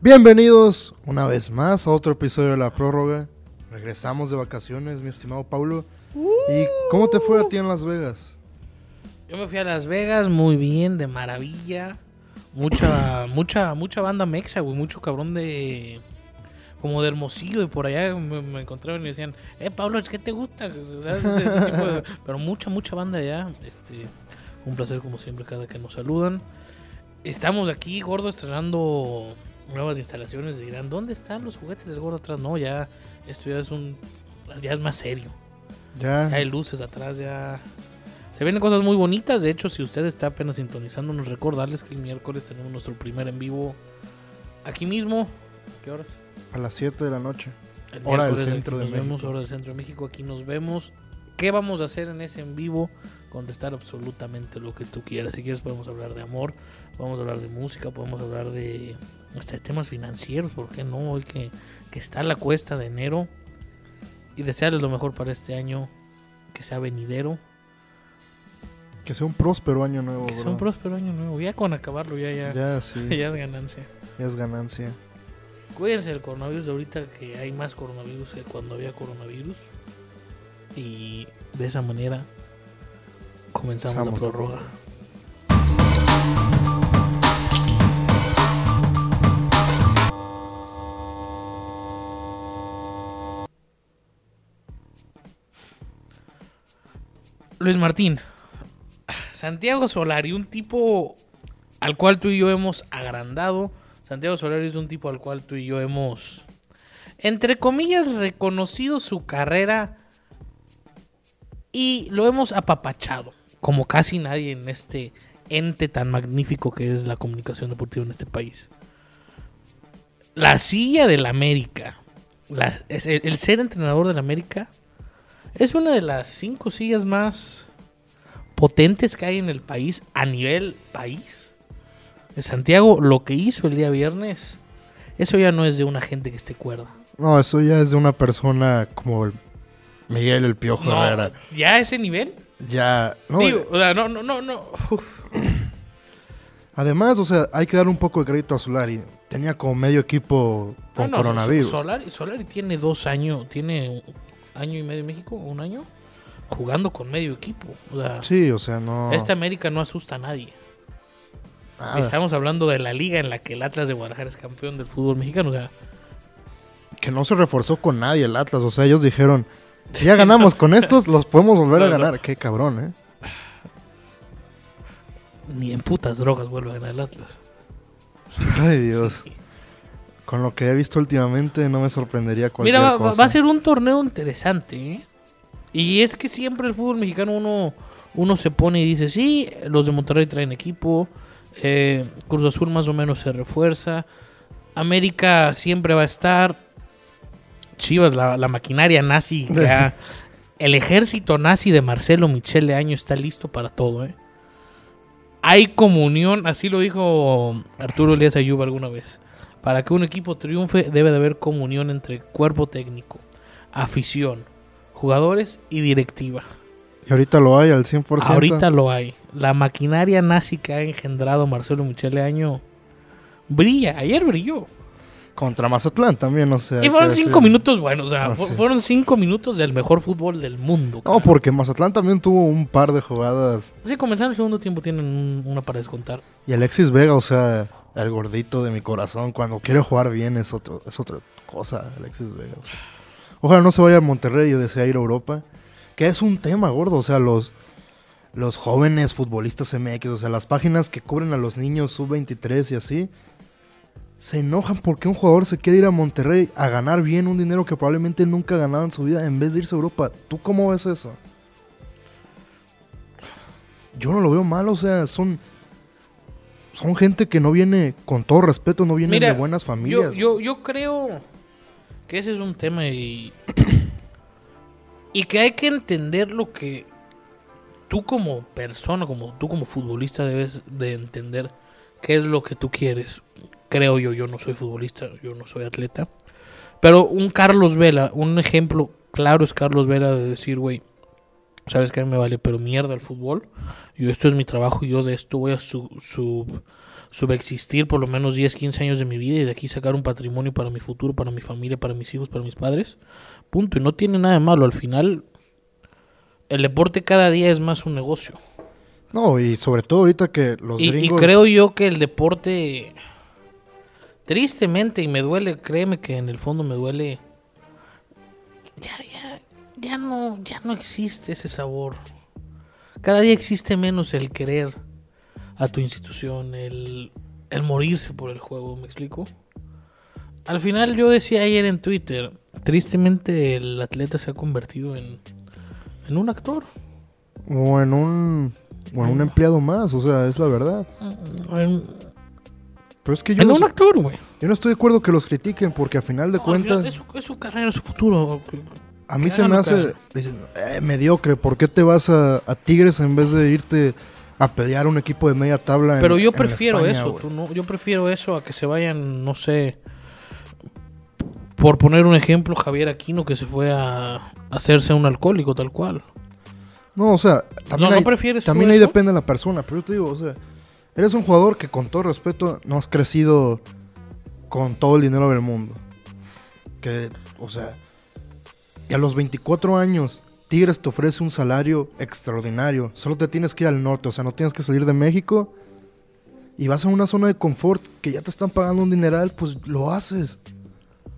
Bienvenidos una vez más a otro episodio de La Prórroga. Regresamos de vacaciones, mi estimado Paulo. ¿Y cómo te fue a ti en Las Vegas? Yo me fui a Las Vegas muy bien, de maravilla. Mucha, mucha, mucha banda mexa, güey. Mucho cabrón de. Como de Hermosillo y por allá me, me encontraban y me decían, eh, Pablo, ¿qué te gusta? ¿Sabes? Ese- ese tipo de- Pero mucha, mucha banda allá. Este, un placer, como siempre, cada que nos saludan. Estamos aquí, gordo, estrenando nuevas instalaciones. Y dirán, ¿dónde están los juguetes del gordo atrás? No, ya, esto ya es un. Ya es más serio. Ya. Ya hay luces atrás, ya. Se vienen cosas muy bonitas. De hecho, si usted está apenas sintonizándonos, recordarles que el miércoles tenemos nuestro primer en vivo aquí mismo. ¿Qué horas? A las 7 de la noche. El Hora del miércoles aquí centro de nos vemos, México. hora del centro de México. Aquí nos vemos. ¿Qué vamos a hacer en ese en vivo? Contestar absolutamente lo que tú quieras. Si quieres, podemos hablar de amor, podemos hablar de música, podemos hablar de hasta de temas financieros. ¿Por qué no? Hoy que, que está la cuesta de enero. Y desearles lo mejor para este año, que sea venidero. Que sea un próspero año nuevo, Que sea bro. un próspero año nuevo. Ya con acabarlo, ya, ya. Ya, sí. Ya es ganancia. ya es ganancia. Cuídense del coronavirus de ahorita que hay más coronavirus que cuando había coronavirus. Y de esa manera comenzamos Comenzamos la la prórroga. Luis Martín, Santiago Solari, un tipo al cual tú y yo hemos agrandado. Santiago Solari es un tipo al cual tú y yo hemos, entre comillas, reconocido su carrera y lo hemos apapachado, como casi nadie en este ente tan magnífico que es la comunicación deportiva en este país. La silla del América, la- es- el, el ser entrenador del América, es una de las cinco sillas más potentes que hay en el país a nivel país. Santiago, lo que hizo el día viernes, eso ya no es de una gente que esté cuerda. No, eso ya es de una persona como el Miguel el Piojo No, Herrera. ya a ese nivel. Ya. No, eh. Digo, o sea, no, no, no, no. Uf, Además, o sea, hay que dar un poco de crédito a Solari. Tenía como medio equipo con Ah, no, no, coronavirus. Solari, Solari tiene dos años, tiene un año y medio en México, un año, jugando con medio equipo. O sea, Sí, o sea, no. esta América no asusta a nadie. nada. Estamos hablando de la liga en la que el Atlas de Guadalajara es campeón del fútbol mexicano. O sea, que no se reforzó con nadie el Atlas. O sea, ellos dijeron, si ya ganamos con estos, los podemos volver a No, no. ganar. Qué cabrón, ¿eh? ni en putas drogas vuelve a ganar el Atlas. Ay, Dios. Con lo que he visto últimamente, no me sorprendería cualquier Mira, va, va- cosa. va a ser un torneo interesante. ¿eh? Y es que siempre el fútbol mexicano uno, uno se pone y dice, sí, los de Monterrey traen equipo, eh, Cruz Azul más o menos se refuerza, América siempre va a estar, Chivas, la, la maquinaria nazi, que ha- el ejército nazi de Marcelo Michele Año está listo para todo. ¿eh? Hay comunión, así lo dijo Arturo Elías Ayuba alguna vez. Para que un equipo triunfe debe de haber comunión entre cuerpo técnico, afición, jugadores y directiva. Y ahorita lo hay al 100%. Ahorita lo hay. La maquinaria nazi que ha engendrado Marcelo Michele Año brilla. Ayer brilló. Contra Mazatlán también, o sea. Y hay fueron que cinco decir- minutos buenos. O sea, Ah, fu- sí. fueron cinco minutos del mejor fútbol del mundo. No, cara. porque Mazatlán también tuvo un par de jugadas. Sí, comenzaron el segundo tiempo. Tienen un- una para descontar. Y Alexis Vega, o sea, el gordito de mi corazón, cuando quiere jugar bien es, otro, es otra cosa, Alexis Vega. o sea. Ojalá no se vaya a Monterrey y desea ir a Europa, que es un tema gordo, o sea, los, los jóvenes futbolistas MX, o sea, las páginas que cubren a los niños sub-23 y así, se enojan porque un jugador se quiere ir a Monterrey a ganar bien un dinero que probablemente nunca ha ganado en su vida en vez de irse a Europa. ¿Tú cómo ves eso? Yo no lo veo mal, o sea, son son gente que no viene, con todo respeto, no viene Mira, de buenas Yo, familias. yo, yo creo que ese es un tema y, y que hay que entender lo que tú como persona, como tú como futbolista debes de entender qué es lo que tú quieres. Creo yo, yo no soy futbolista, yo no soy atleta. Pero un Carlos Vela, un ejemplo claro es Carlos Vela de decir, güey, sabes que a mí me vale, pero mierda el fútbol. Yo esto es mi trabajo, yo de esto voy a su, su- subexistir por lo menos 10, 15 años de mi vida y de aquí sacar un patrimonio para mi futuro, para mi familia, para mis hijos, para mis padres. Punto. Y no tiene nada de malo. Al final, el deporte cada día es más un negocio. No, y sobre todo ahorita que los Y, y gringos. creo yo que el deporte, tristemente, y me duele, créeme que en el fondo me duele, ya, ya, ya, no, ya no existe ese sabor. Cada día existe menos el querer a tu institución, el, el morirse por el juego, ¿me explico? Al final yo decía ayer en Twitter, tristemente el atleta se ha convertido en, en un actor, O en un. O en un empleado más, o sea, es la verdad. en, Pero es que yo, en no, un actor, güey. yo no estoy de acuerdo que los critiquen, porque a final de No, al cuentas. final Es su, es su carrera, es su futuro. A mí Que se hagan me lo hace que dicen, "Eh, mediocre, ¿por qué te vas a, a Tigres en vez de irte a pelear un equipo de media tabla? en- Pero yo en prefiero España, eso, güey?" tú no, yo prefiero eso a que se vayan, no sé, por poner un ejemplo, Javier Aquino que se fue a, a hacerse un alcohólico tal cual. No, o sea, también, no hay- prefieres tú también ahí eso? depende de la persona, pero yo te digo, o sea, eres un jugador que con todo respeto no has crecido con todo el dinero del mundo. Que, o sea, y a los 24 años Tigres te ofrece un salario extraordinario, solo te tienes que ir al norte, o sea, no tienes que salir de México y vas a una zona de confort que ya te están pagando un dineral, pues lo haces.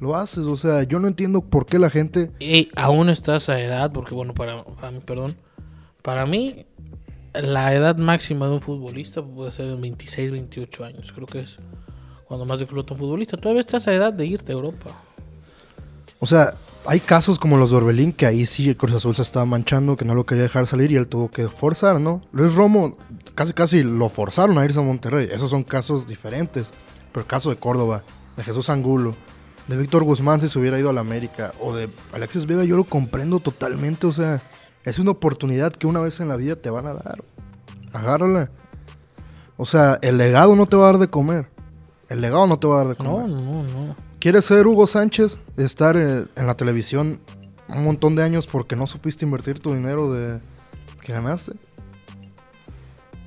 Lo haces, o sea, yo no entiendo por qué la gente Y aún estás a edad, porque bueno, para, para mí, perdón, para mí la edad máxima de un futbolista puede ser en 26, 28 años, creo que es cuando más explota un futbolista. Todavía estás a edad de irte a Europa. O sea, hay casos como los de Orbelín que ahí sí el Cruz Azul se estaba manchando, que no lo quería dejar salir y él tuvo que forzar, ¿no? Luis Romo casi casi lo forzaron a irse a Monterrey. Esos son casos diferentes. Pero el caso de Córdoba, de Jesús Angulo, de Víctor Guzmán si se hubiera ido a la América, o de Alexis Vega, yo lo comprendo totalmente. O sea, es una oportunidad que una vez en la vida te van a dar. Agárrala. O sea, el legado no te va a dar de comer. El legado no te va a dar de comer. No, no, no. ¿Quieres ser Hugo Sánchez? Estar eh, en la televisión un montón de años porque no supiste invertir tu dinero de que ganaste.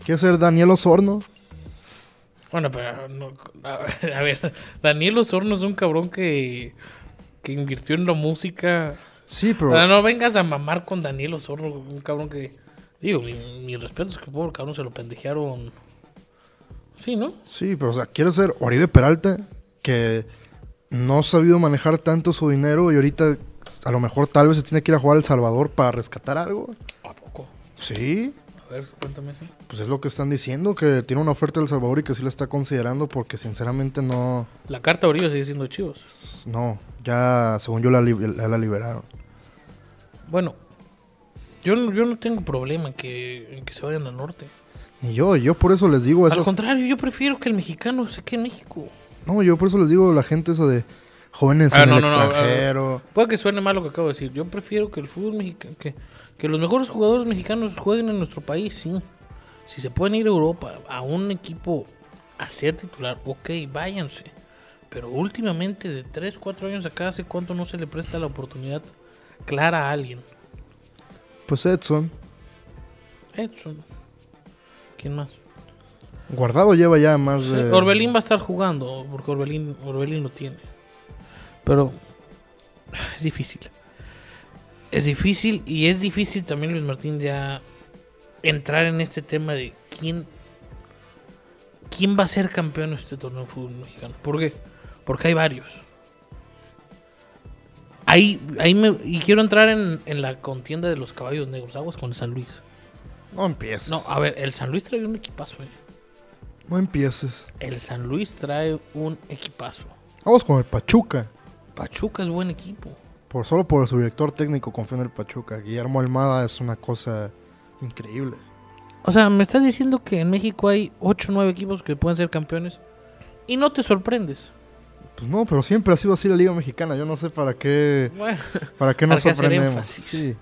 ¿Quieres ser Daniel Osorno? Bueno, pero no- a ver, a ver, Daniel Osorno es un cabrón que, que invirtió en la música. Sí, O pero sea, Ah, no vengas a mamar con Daniel Osorno, un cabrón que... Digo, mi, mi respeto es que pobre cabrón se lo pendejearon. Sí, ¿no? sí, pero o sea, ¿quieres ser Oribe Peralta que no ha sabido manejar tanto su dinero y ahorita a lo mejor tal vez se tiene que ir a jugar a El Salvador para rescatar algo? ¿A poco? Sí, A ver, cuéntame eso. pues es lo que están diciendo que tiene una oferta de El Salvador y que sí la está considerando porque sinceramente no La carta Oribe sigue siendo chivos. no, ya según yo la li- la- la liberaron. Bueno, yo no, yo no tengo problema en que, en que se vayan al norte. Ni yo, yo por eso les digo Al esas. contrario, yo prefiero que el mexicano se quede en México. No, yo por eso les digo a la gente eso de jóvenes Ah, en no, el no, no, ah, extranjero. Puede que suene mal lo que acabo de decir. Yo prefiero que el fútbol mexicano, que, que los mejores jugadores mexicanos jueguen en nuestro país, sí. Si se pueden ir a Europa a un equipo a ser titular, ok, váyanse. Pero últimamente, de 3, 4 años acá, ¿hace cuánto no se le presta la oportunidad clara a alguien? Pues Edson, Edson. ¿Quién más? guardado lleva ya más Sí, de. Orbelín va a estar jugando, porque Orbelín, Orbelín lo tiene. Pero es difícil. Es difícil y es difícil también Luis Martín ya entrar en este tema de quién quién va a ser campeón en este torneo de fútbol mexicano. ¿Por qué? Porque hay varios. Ahí, ahí me, y quiero entrar en, en la contienda de los caballos negros aguas con el San Luis. No empieces. No, ah. No, a ver, el San Luis trae un equipazo, eh. empieces. El San Luis trae un equipazo. Vamos con el Pachuca. Pachuca es buen equipo. Por, solo por su director técnico confío en el Pachuca. Guillermo Almada es una cosa increíble. O sea, me estás diciendo que en México hay 8 o 9 equipos que pueden ser campeones y no te sorprendes. Pues no, pero siempre ha sido así la Liga Mexicana. Yo no sé para qué, Bueno, para qué nos Para qué hacer sorprendemos. énfasis. Sí.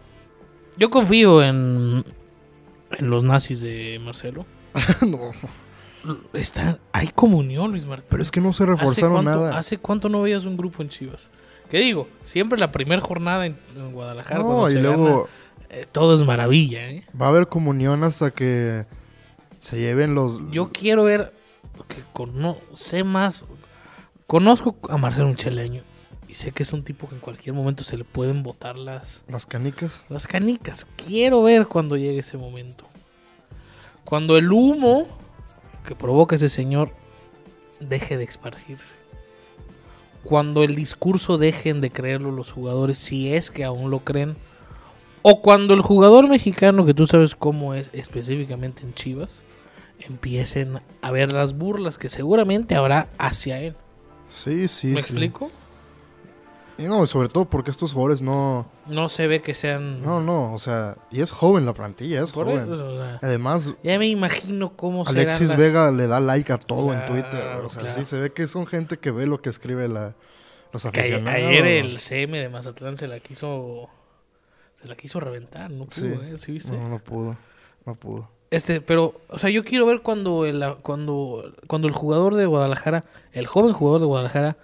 yo confío en, en los nazis de Marcelo. No, Está, hay comunión, Luis Martín. pero es que no se reforzaron ¿Hace cuánto, nada. ¿Hace cuánto no veías un grupo en Chivas? ¿Qué digo? Siempre la primera jornada en, en Guadalajara. No, cuando y se luego. gana, eh, todo es maravilla, ¿eh? Va a haber comunión hasta que se lleven los. Yo quiero ver que cono- sé más. Conozco a Marcelo Uncheleño y sé que es un tipo que en cualquier momento se le pueden botar las, Las canicas. las canicas. Quiero ver cuando llegue ese momento. Cuando el humo que provoca ese señor deje de esparcirse. Cuando el discurso dejen de creerlo los jugadores, si es que aún lo creen. O cuando el jugador mexicano, que tú sabes cómo es específicamente en Chivas, empiecen a ver las burlas que seguramente habrá hacia él. Sí, sí, ¿Me sí. explico? Y no, sobre todo porque estos jugadores no. No se ve que sean... No, no, o sea. Y es joven la plantilla, es por joven. eso, o sea, Además, ya me imagino cómo serán Alexis las- Vega le da like a todo en Claro, Twitter. O sea, claro. sí se ve que son gente que ve lo que escribe la, los Que ayer- aficionados. ayer el CM de Mazatlán se la quiso se la quiso reventar, no pudo, Sí. ¿eh? ¿Sí viste? No, no pudo. No pudo. Este, pero o sea, yo quiero ver cuando el cuando cuando el jugador de Guadalajara, el joven jugador de Guadalajara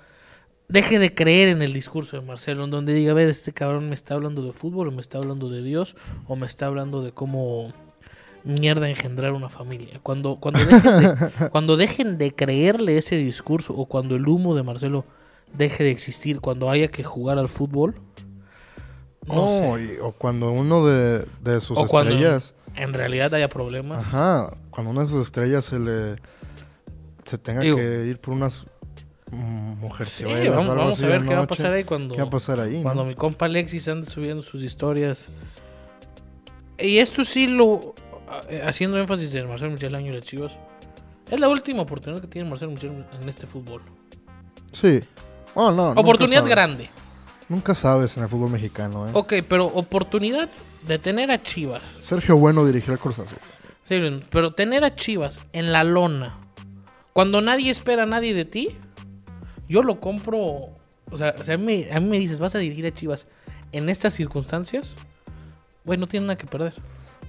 deje de creer en el discurso de Marcelo, en donde diga, a ver, este cabrón me está hablando de fútbol, o me está hablando de Dios, o me está hablando de cómo mierda engendrar una familia. Cuando, cuando, dejen de, cuando dejen de creerle ese discurso, o cuando el humo de Marcelo deje de existir, cuando haya que jugar al fútbol, no No, sé, y- o cuando uno de, de sus O cuando- estrellas. en realidad haya problemas. Ajá, cuando una de sus estrellas se le. Se tenga Digo- que ir por unas mm, Sí, mujercibelas. vamos, algo vamos así a de ver qué va a noche. pasar ahí cuando... ¿Qué va a pasar ahí? Cuando no? mi compa Alexis anda subiendo sus historias. Y esto sí lo. a- eh, Haciendo énfasis en Marcelo Michel Año y las Chivas. Es la última oportunidad que tiene Marcelo Michel en este fútbol. Sí. Oh, no, nunca oportunidad sabes. grande. Nunca sabes en el fútbol mexicano, ¿eh? Ok, pero oportunidad de tener a Chivas. Sergio Bueno dirigió el Cruz Azul. Sí, pero tener a Chivas en la lona. Cuando nadie espera a nadie de ti. Yo lo compro. O sea, o sea, a, mí, a mí me dices, ¿vas a dirigir a Chivas en estas circunstancias? Güey, no tiene nada que perder.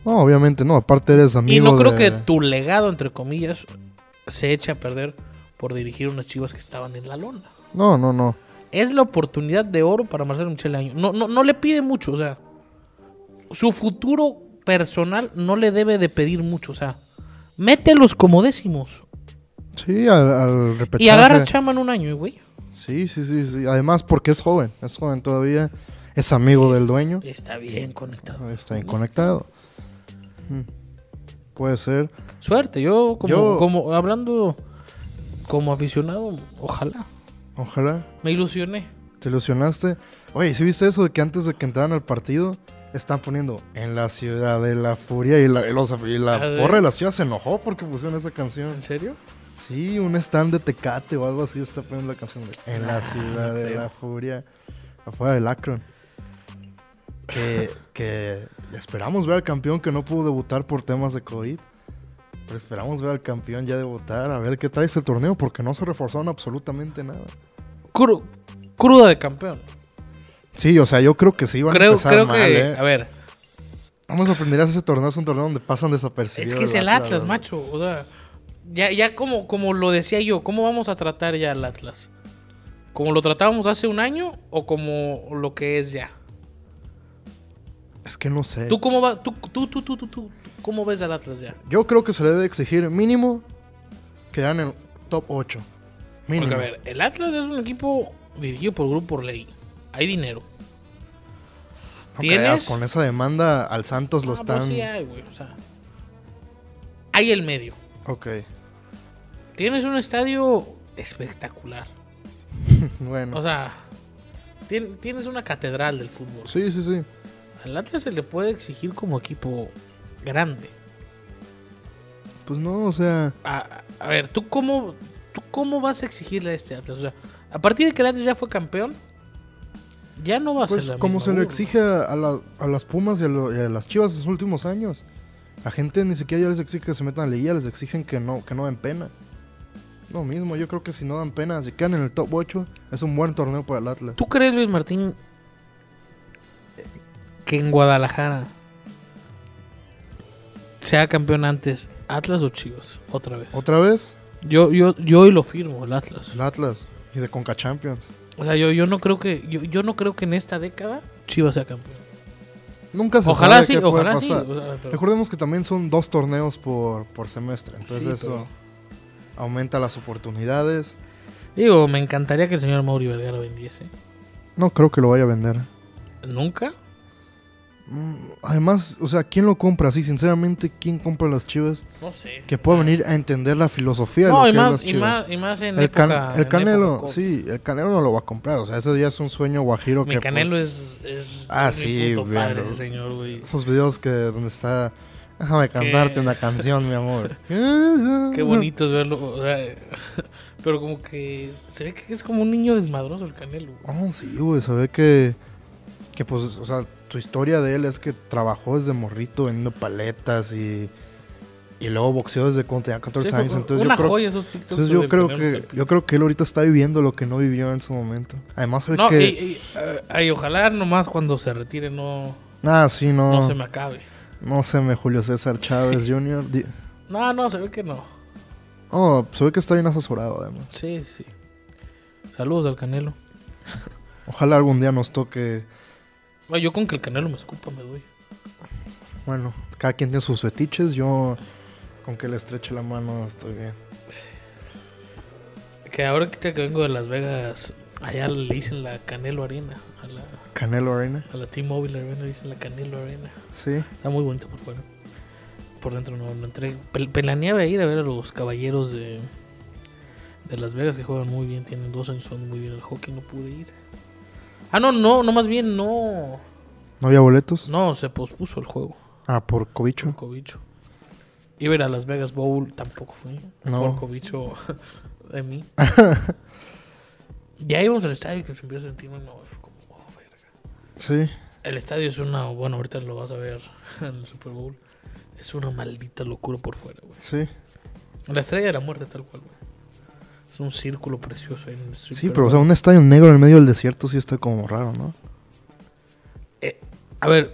No, obviamente no. Aparte eres Y amigo no creo de- que tu legado, entre comillas, se eche a perder por dirigir unas chivas que estaban en la lona. No, no, no. Es la oportunidad de oro para Marcelo Michel Año. No, no, no le pide mucho, o sea. Su futuro personal no le debe de pedir mucho, o sea. Mételos como décimos. Sí, al, al repechaje. Y agarras chama en un año, güey. Sí, sí, sí, sí. Además, porque es joven. Es joven todavía. Es amigo del dueño. Está bien conectado. Está bien conectado. Mm. Puede ser. Suerte, yo como, Yo- como hablando como aficionado, ojalá. Ojalá. Me ilusioné. ¿Te ilusionaste? Oye, ¿sí viste eso de que antes de que entraran al partido están poniendo en la ciudad de la furia y la, y los- y la A ver. porra de la ciudad se enojó porque pusieron esa canción? ¿En serio? Sí, un stand de Tecate o algo así está poniendo la canción de En la ciudad de Ah, creo. la furia, afuera del Akron. Que, que esperamos ver al campeón que no pudo debutar por temas de COVID. Pero esperamos ver al campeón ya debutar, a ver qué trae el torneo, porque no se reforzaron absolutamente nada. Cru- cruda de campeón. Sí, o sea, yo creo que sí van a creo, empezar creo mal, que. ¿eh? A ver, Vamos a aprender a hacer ese torneo, es un torneo donde pasan desapercibidos. es que es el Atlas, Atlas, ¿no? macho. O sea, ya, ya como, como lo decía yo, ¿cómo vamos a tratar ya al Atlas? ¿Como lo tratábamos hace un año o como lo que es ya? Es que no sé. ¿Tú cómo, va, tú, tú, tú, tú, tú, tú, ¿cómo ves al Atlas ya? Yo creo que se le debe exigir mínimo quedar en el top 8. Mínimo. Porque, a ver, el Atlas es un equipo dirigido por Grupo Ley. Hay dinero. No ¿Tienes? creas, ah, con esa demanda al Santos lo Ah, pues están. sí hay, güey, o sea, hay el medio. Ok. Tienes un estadio espectacular. Bueno. O sea, tien- tienes una catedral del fútbol. Sí, sí, sí. Al Atlas se le puede exigir como equipo grande. Pues no, o sea. A, a ver, ¿tú cómo, ¿tú cómo vas a exigirle a este Atlas? O sea, a partir de que el Atlas ya fue campeón, ya no va a Pues ser Uh. la como misma se le burla. exige a, la- a las Pumas y a, lo- y a las Chivas en los últimos años. La gente ni siquiera ya les exige que se metan a la liguilla, les exigen que no, que no den pena. Lo mismo, yo creo que si no dan pena, si quedan en el top 8, es un buen torneo para el Atlas. ¿Tú crees, Luis Martín, que en Guadalajara sea campeón antes Atlas o Chivas? Otra vez. Otra vez, Yo, yo, yo hoy lo firmo, el Atlas. el Atlas y de Conca Champions. O sea, yo, yo no creo que yo, yo no creo que en esta década Chivas sea campeón. Nunca se Ojalá sabe sí, qué puede ojalá sí. pasar. o sea, pero- Recordemos que también son dos torneos por, por semestre, entonces sí, eso. pero- aumenta las oportunidades. Digo, me encantaría que el señor Mauri Vergara vendiese. No creo que lo vaya a vender. ¿Nunca? Mm, Además, o sea, ¿quién lo compra? Sí, sinceramente, ¿quién compra las chivas? No sé. Que pueda venir a entender la filosofía de No, lo y que es más, las y, chivas. más, y más en el, Can- época- el en Canelo, época COVID. sí, el Canelo no lo va a comprar. O sea, ese ya es un sueño guajiro que. pues, Mi Canelo es, es, Ah, es sí, mi puto padre, viendo. ese señor, güey. Esos videos que donde está. Déjame cantarte una canción, mi amor. Qué Qué bonito es verlo. o sea, pero como que se ve que es como un niño desmadroso el Canelo. güey. Oh, sí, güey, se ve que. Que pues, o sea, tu historia de él es que trabajó desde morrito vendiendo paletas y. Y luego boxeó desde cuando tenía 14 Sí, fue años. Entonces una yo creo, joya esos TikToks. entonces yo del creo Canelo que Steel. yo creo que él ahorita está viviendo lo que no vivió en su momento. Además se ve No, que. y, y, eh, ay, ojalá nomás cuando se retire no, Ah, sí, no. no. se me acabe. No se me Julio César Chávez Jr. Di- No, no, se ve que no. Oh, se ve que está bien asesorado, además. Sí, sí. Saludos al Canelo. Ojalá algún día nos toque. No, yo con que el Canelo me escupa me doy. Bueno, cada quien tiene sus fetiches. Yo, con que le estreche la mano, estoy bien. Que ahora que que vengo de Las Vegas, allá le dicen la Canelo Arena. A la, Canelo Arena, a la T-Mobile Arena le dicen la Canelo Arena. sí. Está muy bonito por fuera. Por dentro no, no entré. Pel- Planeaba ir a ver a los caballeros de, de Las Vegas que juegan muy bien. Tienen dos años jugando muy bien el hockey. No pude ir. Ah, no, no, no, más bien no. ¿No había boletos? No, se pospuso el juego. Ah, por Cobicho. Cobicho. Iba a ir a Las Vegas Bowl, tampoco fui. No. Por Cobicho de mí. ya íbamos al estadio y que se empieza a sentir muy mal, fue como, oh, verga. Sí. El estadio es una, bueno, ahorita lo vas a ver en el Super Bowl. Es una maldita locura por fuera, güey. Sí, La estrella de la muerte, tal cual, güey. Es un círculo precioso ahí en el sí, Super pero o Bowl. sea, un estadio negro en medio del desierto sí está como raro, ¿no? Eh, a ver,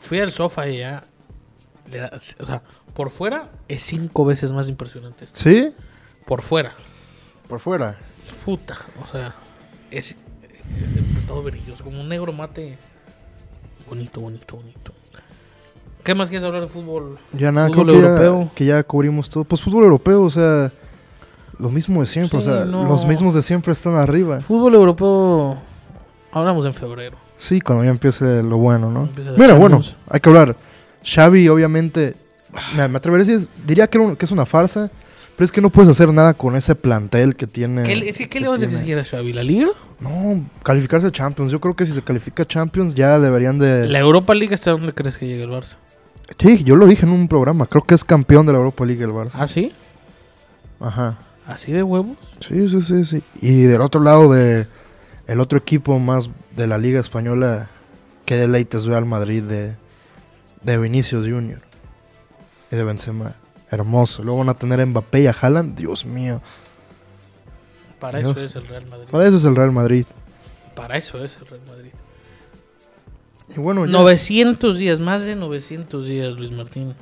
fui al sofá y ya. le da- o sea, por fuera es cinco veces más impresionante esto. Sí, Por fuera. por fuera. Puta, o sea, es, es todo brilloso, como un negro mate. Bonito, bonito, bonito. ¿Qué más quieres hablar de fútbol? Ya nada, Fútbol creo que europeo. ya, que ya cubrimos todo. Pues fútbol europeo, o sea, lo mismo de siempre, Sí, o sea, no. los mismos de siempre están arriba. Fútbol europeo, hablamos en febrero. Sí, cuando ya empiece lo bueno, ¿no? Empieza la Mira, bueno, Champions. hay que hablar. Xavi, obviamente, me, me atrevería a decir, diría que, era un- que es una farsa, pero es que no puedes hacer nada con ese plantel que tiene. ¿Qué, le- es que, ¿qué le vas a Eh, tiene. exigir a Xavi? ¿La Liga? No, calificarse a Champions. Yo creo que si se califica a Champions ya deberían de... ¿La Europa League hasta dónde crees que llegue el Barça? Sí, yo lo dije en un programa. Creo que es campeón de la Europa League el Barça. ¿Ah, sí? Ajá. ¿Así de huevos? Sí, sí, sí, sí. Y del otro lado de... El otro equipo más de la Liga Española, qué deleites ve al Madrid de, de Vinicius Jr. y de Benzema. Hermoso. Luego van a tener a Mbappé y a Haaland. Dios mío. Para Dios. eso es el Real Madrid. Para eso es el Real Madrid. Para eso es el Real Madrid. Y bueno, ya- 900 días, más de 900 días, Luis Martín,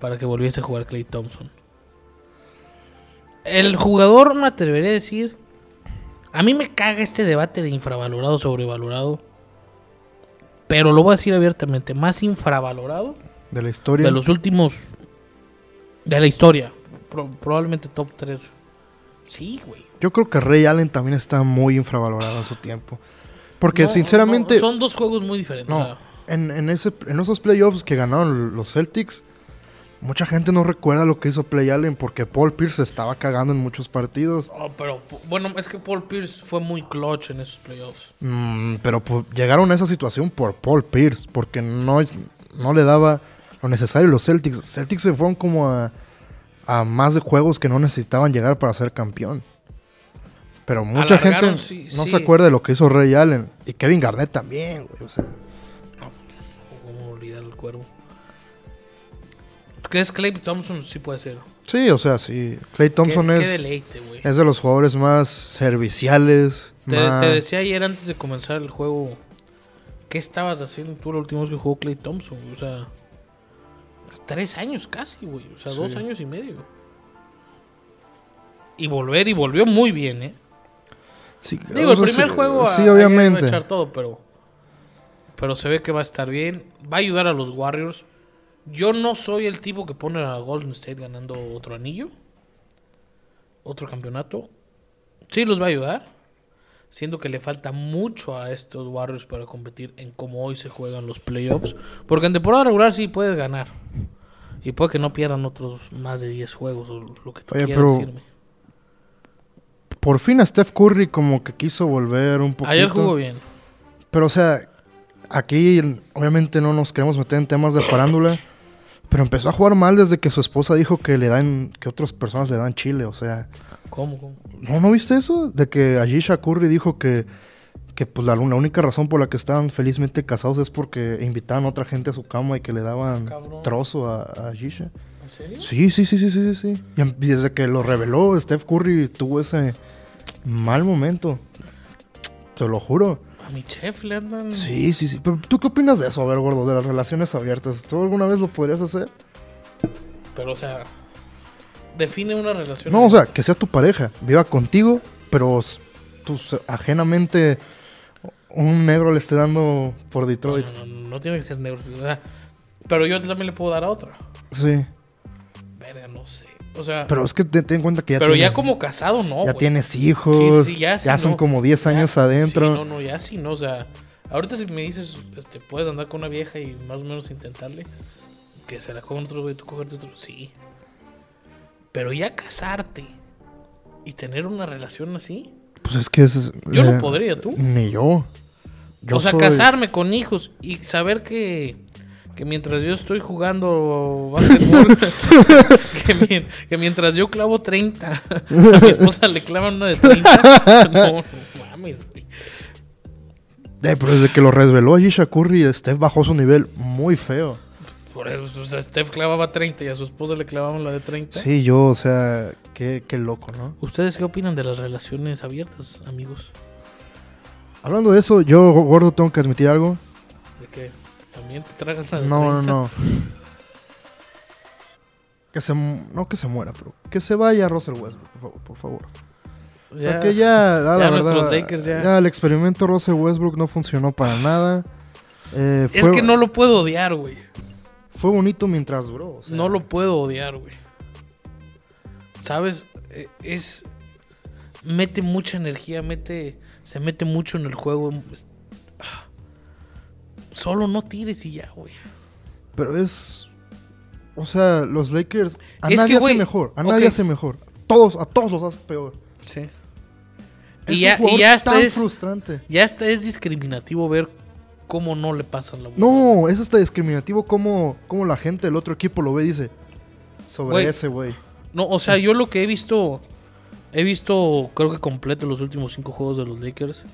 para que volviese a jugar Clay Thompson. El jugador, me atreveré a decir, a mí me caga este debate de infravalorado, sobrevalorado, pero lo voy a decir abiertamente, más infravalorado de la historia. de los últimos, de la historia, pro- probablemente top 3. Sí, güey. Yo creo que Ray Allen también está muy infravalorado en su tiempo. Porque No, sinceramente, no, son dos juegos muy diferentes. No. o sea, en, en ese, en esos playoffs que ganaron los Celtics, mucha gente no recuerda lo que hizo Play Allen porque Paul Pierce estaba cagando en muchos partidos. Oh, pero bueno, es que Paul Pierce fue muy clutch en esos playoffs. Mm, pero po- llegaron a esa situación por Paul Pierce, porque no, es- no le daba lo necesario los Celtics. Celtics se fueron como a, a más de juegos que no necesitaban llegar para ser campeón. Pero mucha Alargaron, gente sí, no sí. se acuerda de lo que hizo Ray Allen. Y Kevin Garnett también, güey. O sea, ¿Cómo olvidar el cuervo? ¿Crees que Clay Thompson sí puede ser? sí, o sea, sí. Clay Thompson ¿Qué, qué es... deleite, güey. Es de los jugadores más serviciales. Te, más- te decía ayer antes de comenzar el juego, ¿qué estabas haciendo tú los últimos que jugó Clay Thompson? O sea, tres años casi, güey. O sea, Sí. dos años y medio. Y volver, y volvió muy bien, ¿eh? Sí, Digo, o sea, el primer sí, juego a- Sí, ahí le va obviamente. a echar todo, pero pero se ve que va a estar bien, va a ayudar a los Warriors. Yo no soy el tipo que pone a Golden State ganando otro anillo, otro campeonato, sí los va a ayudar. Siendo que le falta mucho a estos Warriors para competir en cómo hoy se juegan los playoffs. Porque en temporada regular sí puedes ganar. Y puede que no pierdan otros más de 10 juegos o lo que tú Oye, quieras pero decirme. Por fin a Steph Curry como que quiso volver un poquito. Ayer jugó bien. Pero, o sea, aquí obviamente no nos queremos meter en temas de farándula. Pero empezó a jugar mal desde que su esposa dijo que le dan, que otras personas le dan chile. O sea, ¿Cómo, cómo? ¿no, ¿no viste eso? De que Ayesha Curry dijo que, que pues, la, la única razón por la que estaban felizmente casados es porque invitaban a otra gente a su cama y que le daban Cabrón. trozo a, a Ayesha. ¿En serio? Sí, sí, sí, sí, sí, sí, sí. Y em- y desde que lo reveló, Steph Curry tuvo ese mal momento. Te lo juro. A mi chef le andan. Sí, sí, sí. Pero ¿tú qué opinas de eso? A ver, gordo, de las relaciones abiertas. ¿Tú alguna vez lo podrías hacer? Pero, o sea, define una relación. No, o sea, que sea tu pareja, viva contigo, pero s- tú s- ajenamente un negro le esté dando por No, Detroit. no, no, no tiene que ser negro. o sea, pero yo también le puedo dar a otra. Sí. Verga, no sé. O sea, pero Pero es que te- ten en cuenta que ya ya, tienes, como casado, no. ya güey. tienes hijos, Sí, sí, ya, ya sí, son no. como 10 Ya, años adentro. Sí, no, no, ya sí, no. O sea, ahorita si me dices, este, puedes andar con una vieja y más o menos intentarle que se la coja otro güey, tú cogerte otro. Sí. Pero ya casarte y tener una relación así. Pues es que es... Yo eh, no podría, tú. Ni yo. Yo o sea, soy- casarme con hijos y saber que, que mientras yo estoy jugando básquetbol, que, mien- que mientras yo clavo 30, a mi esposa le clavan una de 30. No, no mames, güey. Eh, pero desde que lo resveló Ayesha Curry, Steph bajó su nivel muy feo. Por eso, o sea, Steph clavaba 30 y a su esposa le clavaban la de 30. Sí, yo, o sea, qué, qué loco, ¿no? ¿Ustedes qué opinan de las relaciones abiertas, amigos? Hablando de eso, yo, gordo, tengo que admitir algo. ¿De qué? ¿También te tragas la de No, no, 30? no. Que se, mu- no que se muera, pero que se vaya Russell Westbrook, por favor. Por favor. O sea, Ya. que ya, ah, la Ya verdad, nuestros Lakers ya- el experimento Russell Westbrook no funcionó para nada. Eh, fue, Es que no lo puedo odiar, güey. fue bonito mientras duró. o sea, No lo puedo odiar, güey. ¿Sabes? E- Es. Mete mucha energía, mete. Se mete mucho en el juego. es- ah. Solo no tires y ya, güey. Pero es... O sea, los Lakers... A Es nadie que, hace güey, mejor, a ok. nadie hace mejor. Todos, a todos los hace peor. Sí. Es Y ya, un jugador y ya hasta tan es. frustrante. Ya hasta es discriminativo ver cómo no le pasan la bola. No, es hasta discriminativo como, como la gente del otro equipo lo ve y dice sobre Güey. ese güey. No, o sea, yo lo que he visto. He visto, creo que completo los últimos cinco juegos de los Lakers.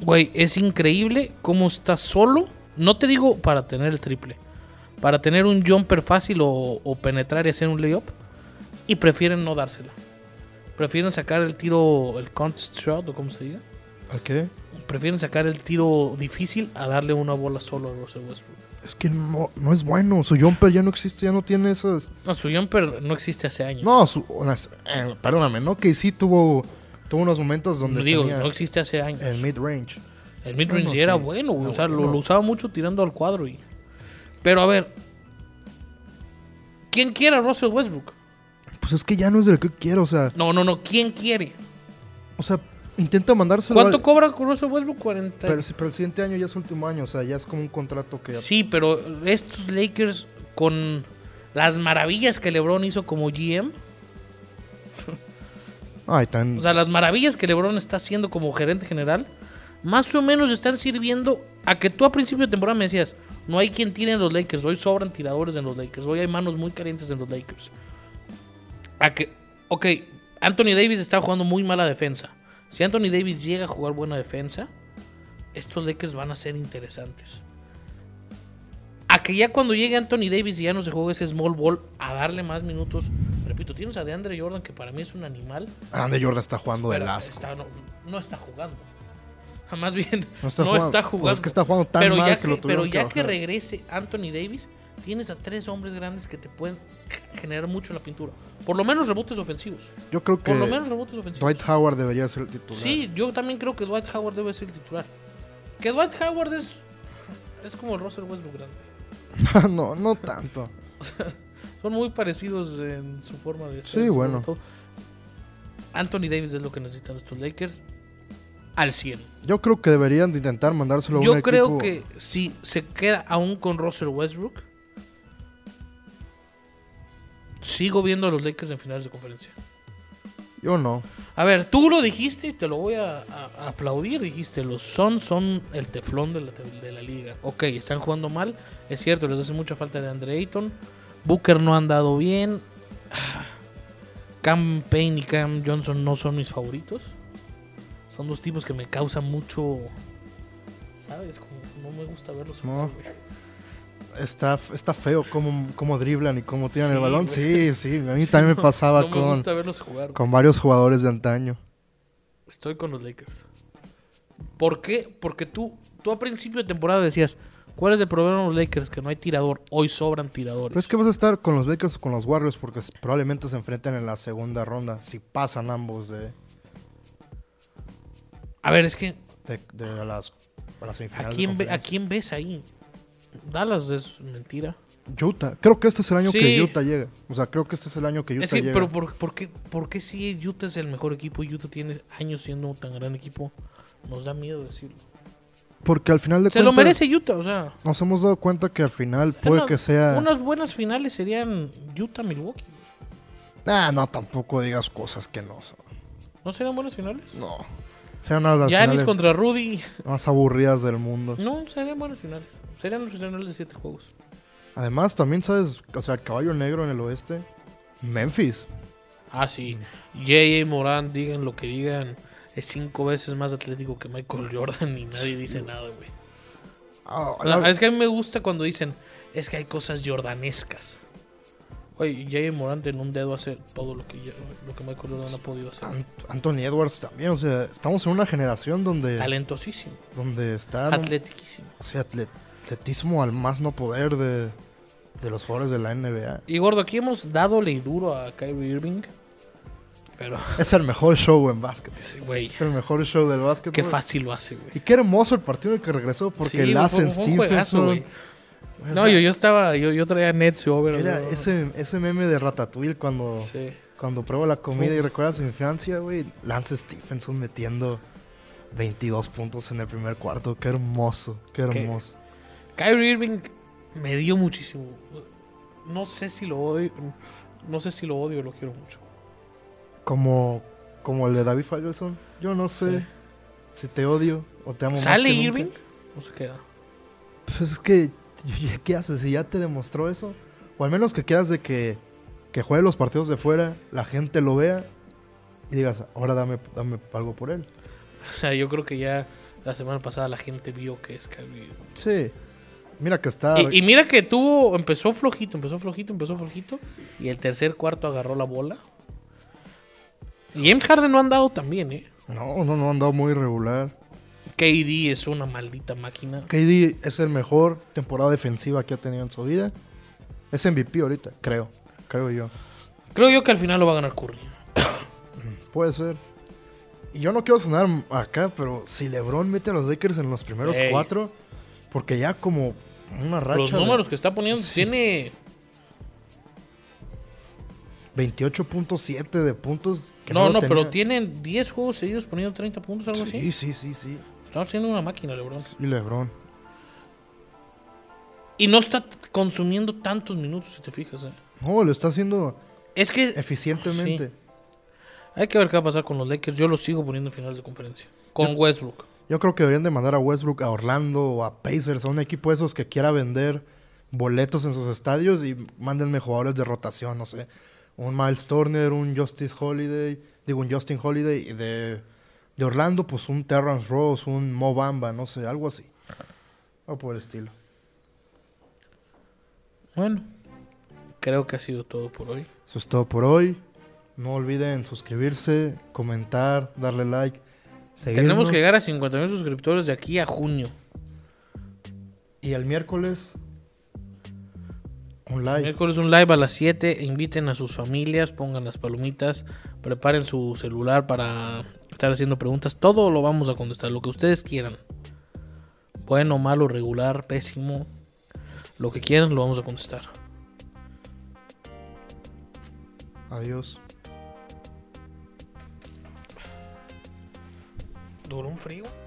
Güey, es increíble cómo está solo. No te digo para tener el triple. Para tener un jumper fácil o, o penetrar y hacer un layup. Y prefieren no dársela. Prefieren sacar el tiro, el contest shot o como se diga. ¿A qué? Prefieren sacar el tiro difícil a darle una bola solo a Russell Westbrook. Es que no, no es bueno. Su jumper ya no existe, ya no tiene esas. No, su jumper no existe hace años. No, su, unas- eh, perdóname, no que sí tuvo, tuvo unos momentos donde digo, tenía no existe hace años. el mid range. El midrange No, no, sí era sí. bueno, güey, Era o sea, lo- bueno. Lo, usaba mucho tirando al cuadro. Y... Pero a ver, ¿quién quiere a Russell Westbrook? Pues es que ya no es del que quiero, o sea, No, no, no, ¿quién quiere? o sea, intenta mandárselo. ¿Cuánto al- cobra con Russell Westbrook? 40. pero, si- pero el siguiente año ya es su último año, o sea, ya es como un contrato que ya- Sí, pero estos Lakers con las maravillas que LeBron hizo como GM, Ay, tan. o sea, las maravillas que LeBron está haciendo como gerente general, más o menos están sirviendo a que tú a principio de temporada me decías, no hay quien tire en los Lakers, hoy sobran tiradores en los Lakers, hoy hay manos muy calientes en los Lakers. A que, ok, Anthony Davis está jugando muy mala defensa. Si Anthony Davis llega a jugar buena defensa, estos Lakers van a ser interesantes. A que ya cuando llegue Anthony Davis y ya no se juegue ese small ball, a darle más minutos. Repito, tienes a DeAndre Jordan, que para mí es un animal. Andy Jordan está jugando de Pero asco. está- no, no está jugando. Ah, Más bien, No está no está jugando. jugando. Pues es que está jugando tan pero mal ya que lo tuvieron Pero que ya que bajar. regrese Anthony Davis, tienes a tres hombres grandes que te pueden generar mucho en la pintura. Por lo menos rebotes ofensivos. Yo creo que Por lo menos rebotes ofensivos. Dwight Howard debería ser el titular. Sí, yo también creo que Dwight Howard debe ser el titular. Que Dwight Howard es, es como el Russell Westbrook grande. no, no tanto. Son muy parecidos en su forma de Sí, ser, bueno. sobre todo. Anthony Davis es lo que necesitan estos Lakers al 100. Yo creo que deberían de intentar mandárselo a un Yo creo equipo- que si se queda aún con Russell Westbrook, sigo viendo a los Lakers en finales de conferencia. Yo no. A ver, tú lo dijiste y te lo voy a, a- a aplaudir. Dijiste, los Suns son el teflón de la, de la liga. Ok, están jugando mal. Es cierto, les hace mucha falta de Andre Ayton. Booker no ha andado bien. Ah, Cam Payne y Cam Johnson no son mis favoritos. Son dos tipos que me causan mucho... ¿Sabes? Como no me gusta verlos. No. jugar, güey. Está, está feo cómo, cómo driblan y cómo tiran Sí, el balón. güey. Sí, sí. A mí también me pasaba No me con, gusta verlos jugar. güey. con varios jugadores de antaño. Estoy con los Lakers. ¿Por qué? Porque tú, tú a principio de temporada decías, ¿cuál es el problema de los Lakers? Que no hay tirador. Hoy sobran tiradores. Pero es que vas a estar con los Lakers o con los Warriors porque s- probablemente se enfrenten en la segunda ronda si pasan ambos de, a ver, es que de, de a las, a las ¿a semifinales. de quién, ve- ¿a conferencia. quién ves ahí? Dallas es mentira. Utah. Creo que este es el año Sí. que Utah llega. O sea, creo que este es el año que Utah es que, llega. pero pues, ¿por, por qué, ¿por qué si Utah es el mejor equipo y Utah tiene años siendo un tan gran equipo? Nos da miedo decirlo. Porque al final de Se lo cuentas, merece Utah, o sea. Nos hemos dado cuenta que al final puede una- que sea. Unas buenas finales serían Utah-Milwaukee. Ah, no, tampoco digas cosas que no son. ¿No serían buenas finales? No. Sean una de las Yanis finales contra Rudy. más aburridas del mundo. No, serían buenos finales. Serían los finales de siete juegos. Además, también sabes, o sea, el caballo negro en el oeste. Memphis. Ah, sí. J.A. Morán, digan lo que digan, es cinco veces más atlético que Michael Jordan y nadie dice nada, güey. Ah, O sea, la- es que a mí me gusta cuando dicen, es que hay cosas jordanescas. Oye, J.A. Morán en un dedo hace todo lo que, yo- lo que Michael Jordan ha podido hacer. Ant- Anthony Edwards también, o sea, estamos en una generación donde, Talentosísimo, donde está atletiquísimo. o sea, atlet- atletismo al más no poder de, de los jugadores de la NBA. Y gordo, aquí hemos dado y duro a Kyrie Irving. Pero, Es el mejor show en básquet. sí, güey, Es el mejor show del básquet. qué fácil lo hace, güey. Y qué hermoso el partido en el que regresó Sí, porque güey, el fue- Lassen fue un juegazo, Stephenson. güey. o sea, No, yo, yo estaba, yo, yo traía Nets y Over. Era güey. ese, ese meme de Ratatouille cuando, Sí. cuando prueba la comida y recuerdas mi infancia, güey. Lance Stephenson metiendo 22 puntos en el primer cuarto. Qué hermoso, qué Qué- hermoso. Kyrie Irving me dio muchísimo. No sé si lo odio, no sé si lo odio o lo quiero mucho. Como, como el de David Fagelson. Yo no sé Sí. si te odio o te amo más ¿Sale que nunca. Irving? No se queda. Pues es que, ¿ya ¿qué haces? Si ya te demostró eso. O al menos que quieras de que, que juegue los partidos de fuera, la gente lo vea y digas, ahora dame, dame algo por él. O sea, yo creo que ya la semana pasada la gente vio que es Kyrie. Irving. Sí. Mira que está. Y, y mira que tuvo, empezó flojito, empezó flojito, empezó flojito. Y el tercer cuarto agarró la bola. Y James Harden no han dado también, ¿eh? No, no, no, han dado muy irregular. KD es una maldita máquina. KD es el mejor temporada defensiva que ha tenido en su vida. Es MVP ahorita, creo. Creo yo. Creo yo que al final lo va a ganar Curry. Puede ser. Y yo no quiero sonar acá, pero si LeBron mete a los Lakers en los primeros Ey. cuatro, porque ya como una racha. Los de- números que está poniendo tiene 28.7 de puntos. que No, no, lo pero tenía. tienen 10 juegos seguidos poniendo 30 puntos, algo Sí, así. sí, sí, sí. Estamos siendo una máquina, LeBron. Y LeBron. Y no está t- consumiendo tantos minutos, si te fijas. eh. No, lo está haciendo Es que eficientemente. hay que ver qué va a pasar con los Lakers. Yo los sigo poniendo en finales de conferencia. Con Westbrook. Yo creo que deberían de mandar a Westbrook, a Orlando o a Pacers, a un equipo de esos que quiera vender boletos en sus estadios y mándenme jugadores de rotación, no sé. Un Miles Turner, un Justice Holiday, digo un Justin Holiday y de, de Orlando, pues un Terrence Rose, un Mo Bamba, no sé, algo así. O por el estilo. Bueno, creo que ha sido todo por hoy. Eso es todo por hoy. No olviden suscribirse, comentar, darle like, seguirnos. Tenemos que llegar a 50.000 suscriptores de aquí a junio. Y el miércoles, un like. Miércoles un live a las 7. Inviten a sus familias, pongan las palomitas, preparen su celular para estar haciendo preguntas. Todo lo vamos a contestar, lo que ustedes quieran. Bueno, malo, regular, pésimo. Lo que quieran lo vamos a contestar. Adiós. Duró un frío.